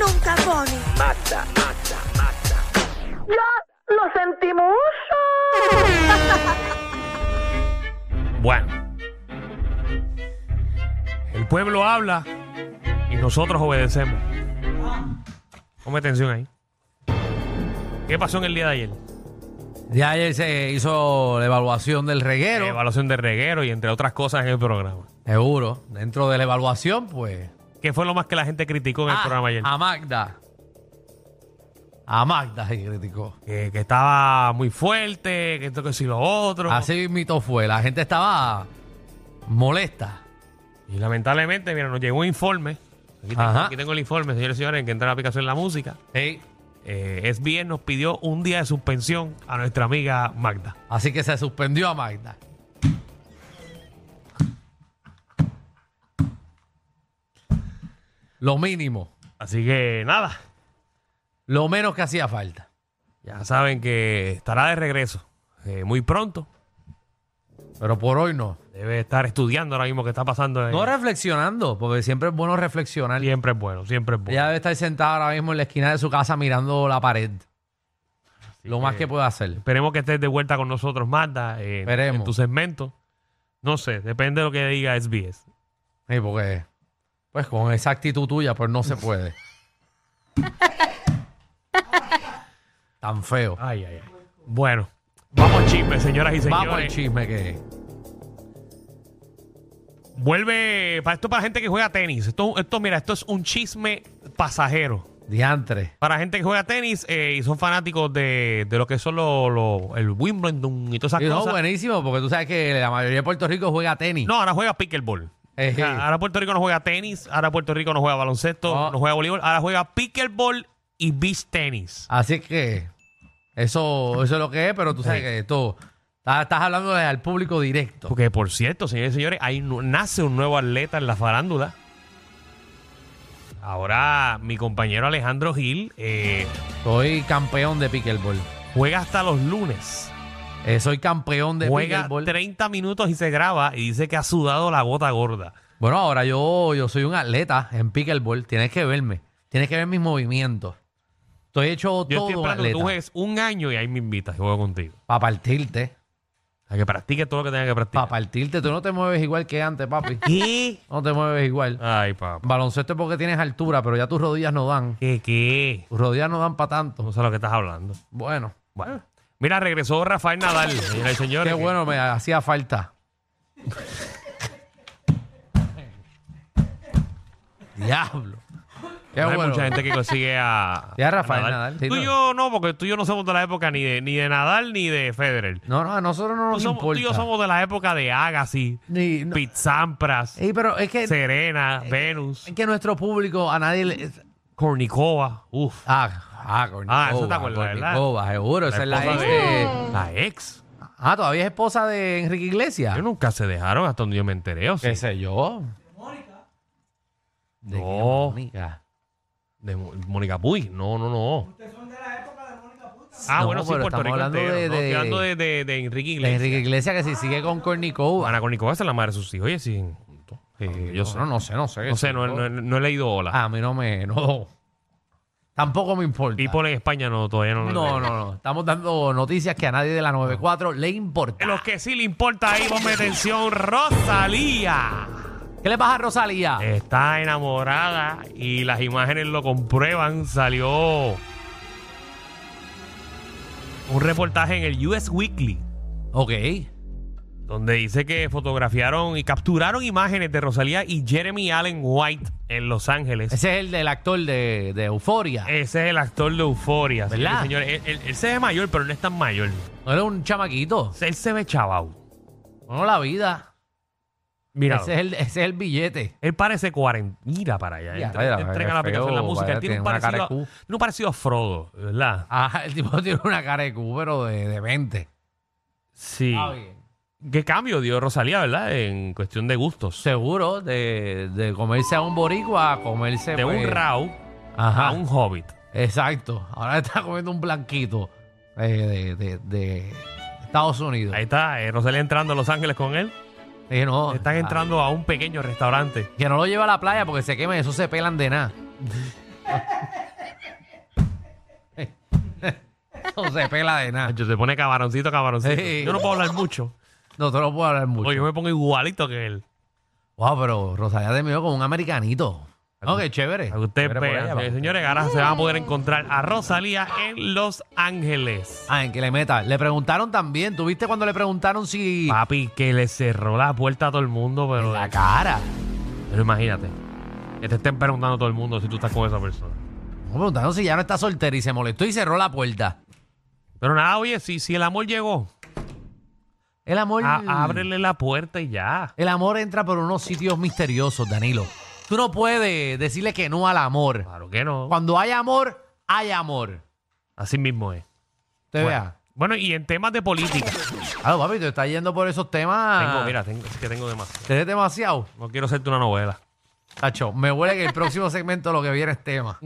nunca pone. ¡Ya lo sentimos! Bueno. El pueblo habla y nosotros obedecemos. Ponme atención ahí. ¿Qué pasó en el día de ayer? Ya ayer se hizo la evaluación del reguero. Evaluación de reguero y entre otras cosas en el programa. Seguro. Dentro de la evaluación, pues. ¿Qué fue lo más que la gente criticó en el ah, programa ayer? A Magda. A Magda se criticó. Que, que estaba muy fuerte, que esto que si lo otro. Así mito fue. La gente estaba molesta. Y lamentablemente, mira, nos llegó un informe. Aquí tengo, Ajá. aquí tengo el informe, señores y señores, que entra la aplicación de la música. Sí. Eh, es bien, nos pidió un día de suspensión a nuestra amiga Magda. Así que se suspendió a Magda. Lo mínimo. Así que nada. Lo menos que hacía falta. Ya saben que estará de regreso eh, muy pronto. Pero por hoy no. Debe estar estudiando ahora mismo qué está pasando. en- No reflexionando, porque siempre es bueno reflexionar. siempre es bueno, siempre es bueno. Ella debe estar sentada ahora mismo en la esquina de su casa mirando la pared. Lo más que pueda hacer. Esperemos que estés de vuelta con nosotros, Marta, eh, Esperemos. en tu segmento. No sé, depende de lo que diga SBS. Sí, porque, pues con esa actitud tuya, pues no se puede. Tan feo. Ay, ay, ay. Bueno, vamos al chisme, señoras y señores. Vamos al chisme que es. Vuelve, para esto es para gente que juega tenis. Esto, esto, mira, esto es un chisme pasajero. Diantre. Para gente que juega tenis eh, y son fanáticos de, de lo que son los los- el Wimbledon y todas esas Y no, cosas. buenísimo, porque tú sabes que la mayoría de Puerto Rico juega tenis. Eh, No, Ah, ahora juega pickleball. Ejé. O sea, Ahora Puerto Rico no juega tenis, ahora Puerto Rico no juega baloncesto, Ah. no juega voleibol, ahora juega pickleball y beach tenis. Así que eso, eso es lo que es, pero tú sabes Sí. que esto. Estás, estás hablando al público directo. Porque por cierto, señores y señores, ahí nace un nuevo atleta en la farándula. Ahora mi compañero Alejandro Gil eh, Soy campeón de pickleball. juega hasta los lunes. Eh, soy campeón de Juega pickleball. 30 minutos y se graba y dice que ha sudado la gota gorda. Bueno, ahora yo, yo soy un atleta en pickleball. Tienes que verme. Tienes que ver mis movimientos. Estoy hecho Yo estoy todo un esperando que tú atleta. juegues un año y ahí me invitas y juego contigo. Para partirte. O sea, que practique todo lo que tenga que practicar. Para partirte. Tú no te mueves igual que antes, papi. ¿Qué? No te mueves igual. Ay, papá. Baloncesto es porque tienes altura, pero ya tus rodillas no dan. ¿Qué qué? Tus rodillas no dan para tanto. No sé lo que estás hablando. Bueno, Bueno. Mira, regresó Rafael Nadal, señoras y señores. qué bueno, me hacía falta. Diablo. Qué No hay bueno. mucha gente que consigue a. Ya, a Rafael Nadal, sí, tú y no. yo no, porque tú y yo no somos de la época ni de, ni de Nadal ni de Federer. No, no, a nosotros no Tú, nos somos- tú importa. y yo somos de la época de Agassi, Ni- no- Eh, Pizzampras, Ey, pero es que Serena, Venus, Es que nuestro público a nadie le. es- Kornikova. Uf. Ah, ah, Kornikova, Ah, eso te acuerdas, ¿verdad? Kornikova, seguro. esa es la esposa ex de- de- La ex. Ah, todavía es esposa de Enrique Iglesias. Yo nunca se dejaron hasta donde yo me enteré. O sea, ¿Qué sé yo? ¿De qué No. Mónica? de Mo- Mónica Puy. No, no, no. Ustedes son de la época de Mónica Puy. Ah, No, bueno, sí, pero Puerto estamos Rico hablando entero, de- ¿no? de- Estoy hablando de, de, de Enrique De Iglesias. Enrique Iglesias que si sigue con Kornikova. Ana Kornikova esa es la madre de sus hijos. Oye, sí. juntos. Sí, yo sé. Ah, No, Ah, no sé, no sé. No sé, no, no- no he leído hola. A mí no me. No. Tampoco me importa. People en España no, todavía no lo he leído. No, no, no. Estamos dando noticias que a nadie de la 94 le importa. Los que sí le importa ahí, ponme atención, Rosalía. ¿Qué le pasa a Rosalía? Está enamorada y las imágenes lo comprueban. Salió un reportaje en el US Weekly Ok. donde dice que fotografiaron y capturaron imágenes de Rosalía y Jeremy Allen White en Los Ángeles. Ese es el del actor de, de Euforia. Ese es el actor de Euforia. ¿Verdad? Señores, y señores. Él, él- él se ve mayor, pero no es tan mayor. No era un chamaquito. Él se ve chaval. Bueno, la vida. Míralo. Ese es, el, ese es el billete. Él parece 40. Mira para allá. Ya, Entra- vaya, entrega qué la aplicación de la feo, música. vaya, él tiene un, tiene una cara parecido, a- de cu. tiene un parecido a Frodo, ¿verdad? Ah, el tipo tiene una cara de cu, pero de, de 20. Sí. Ah, bien. ¿Qué cambio dio Rosalía, verdad? En cuestión de gustos. Seguro de, de comerse a un boricua a comerse... De un pues, Ah. Rao Ajá. a un Hobbit. Exacto. Ahora está comiendo un blanquito eh, de, de- de Estados Unidos. Ahí está, eh, Rosalía entrando a Los Ángeles con él. Y no, Están ah, entrando a un pequeño restaurante. Que no lo lleva a la playa porque se quema y eso se pelan de nada. no se pela de nada. Ah, Yo se pone cabaroncito, cabaroncito. Sí. Yo no puedo hablar mucho. No te lo puedo hablar mucho. Oye, yo me pongo igualito que él. Wow, pero Rosalía terminó con un americanito. No, que chévere. Para que ustedes Chévere por vean. ella, Eh, para que- señores, ahora se van a poder encontrar a Rosalía en Los Ángeles. Ah, en que le meta. Le preguntaron también. ¿Tú viste cuando le preguntaron si. Papi, que le cerró la puerta a todo el mundo, en pero, la cara. pero imagínate. Que te estén preguntando todo el mundo si tú estás con esa persona. Me preguntaron si ya no está soltera y se molestó y cerró la puerta. Pero nada, oye, si, si el amor llegó, El amor. a- ábrele Ah, la puerta y ya. El amor entra por unos sitios misteriosos, Danilo. Tú no puedes decirle que no al amor. Claro que no. Cuando hay amor, hay amor. Así mismo es. Te vea. Bueno, y en temas de política. Ah, papi, te estás yendo por esos temas. Tengo, mira, tengo- es que tengo demasiado. Te ves demasiado. No quiero hacerte una novela. Tacho, me huele que el próximo segmento lo que viene es tema.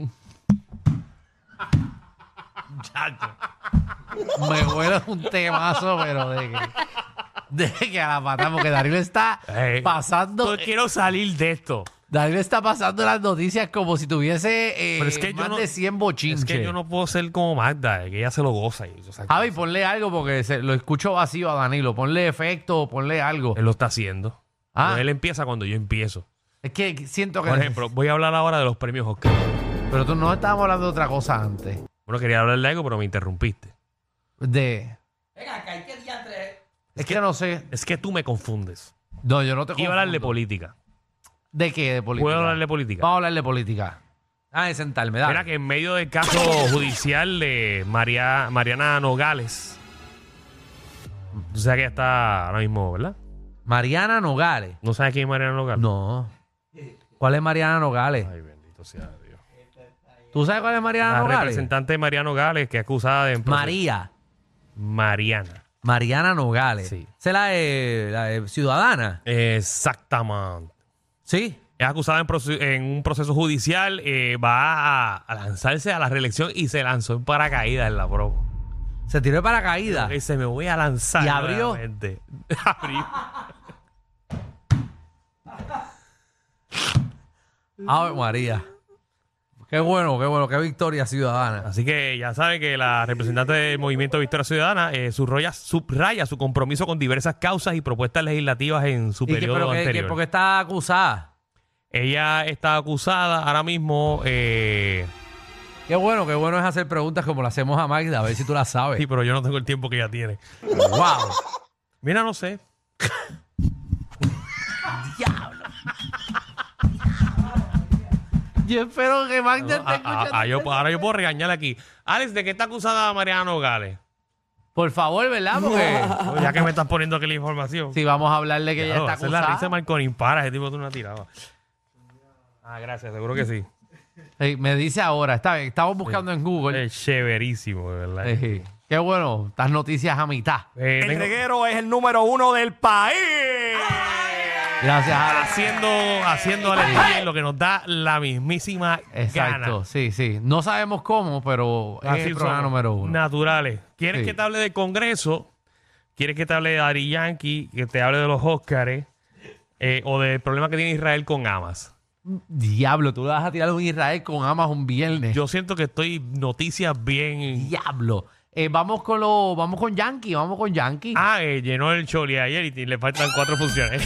Me huele un temazo, pero de que, de que a la patada, porque Danilo está Ey, pasando. no quiero salir de esto. Danilo está pasando las noticias como si tuviese eh, Pero es que yo más no- de 100 bochinches. Es que yo no puedo ser como Magda, eh, que ella se lo goza. Y, o sea, Javi, ponle algo porque se- lo escucho vacío a Danilo. Ponle efecto, ponle algo. él lo está haciendo. Ah. Pero Él empieza cuando yo empiezo. Es que siento que. Por ejemplo, voy a hablar ahora de los premios Oscar. Pero tú no estábamos hablando de otra cosa antes. Bueno, quería hablar de algo, pero me interrumpiste. De. Venga, que hay que Es que no sé. Es que tú me confundes. No, yo no te Quiero confundo. hablar de política. ¿De qué? De política. ¿Puedo hablar de política? Vamos a hablar de política. Ah, de sentarme, dale. Mira que en medio del caso judicial de María, Mariana Nogales. Tú sabes que ella está ahora mismo, ¿verdad? Mariana Nogales. ¿No sabes quién es Mariana Nogales? No. ¿Cuál es Mariana Nogales? Ay, bendito sea Dios. ¿Tú sabes cuál es Mariana La Nogales? representante de Mariano Gales, que es acusada de... María. Mariana. Mariana Nogales. Sí. ¿Se la de, la de Ciudadana? Exactamente. Sí. Es acusada en, proce- en un proceso judicial, eh, va a, a lanzarse a la reelección y se lanzó en paracaídas en la pro. Se tiró de paracaídas. Dice, me voy a lanzar. ¿Y abrió? nuevamente". abrió. Ave María. Qué bueno, qué bueno, qué victoria ciudadana. Así que ya saben que la representante del Movimiento Victoria Ciudadana eh, subraya, subraya su compromiso con diversas causas y propuestas legislativas en su ¿Y qué, periodo pero qué- qué- anterior. por qué está acusada? Ella está acusada ahora mismo... eh, Qué bueno, qué bueno es hacer preguntas como las hacemos a Magda, a ver si tú las sabes. sí, pero yo no tengo el tiempo que ella tiene. ¡Wow! Mira, no sé. Yo espero que Magda esté Ah, ah, escuchando. ah, yo- ahora yo puedo regañarle aquí. Alex, ¿de qué está acusada Mariana Nogales? Por favor, ¿verdad? Porque Oye, Ya que me estás poniendo aquí la información. si vamos a hablarle que Ah, ella Claro, está esa es la risa de acusada. Marconi impara, ese tipo tú una tiraba. Ah, gracias, seguro que sí. Sí, me dice ahora, está bien, estamos buscando en Google. Es chéverísimo, de verdad. Sí. Qué bueno, estas noticias a mitad. Eh, El tengo- reguero es el número uno del país. Gracias a haciendo, haciendo alegría en lo que nos da la mismísima Exacto, gana. sí, sí. No sabemos cómo, pero es Así el programa somos, número uno. Naturales. ¿Quieres Sí. que te hable del Congreso? ¿Quieres que te hable de Ari Yankee? ¿Que te hable de los Óscares? Eh, ¿O del problema que tiene Israel con Hamas? Diablo, tú le vas a tirar un Israel con Amas un viernes. Yo siento que estoy noticias bien. Diablo. Eh, vamos con lo, vamos con Yankee, vamos con Yankee. Ah, eh, llenó el choli ayer y le faltan cuatro funciones.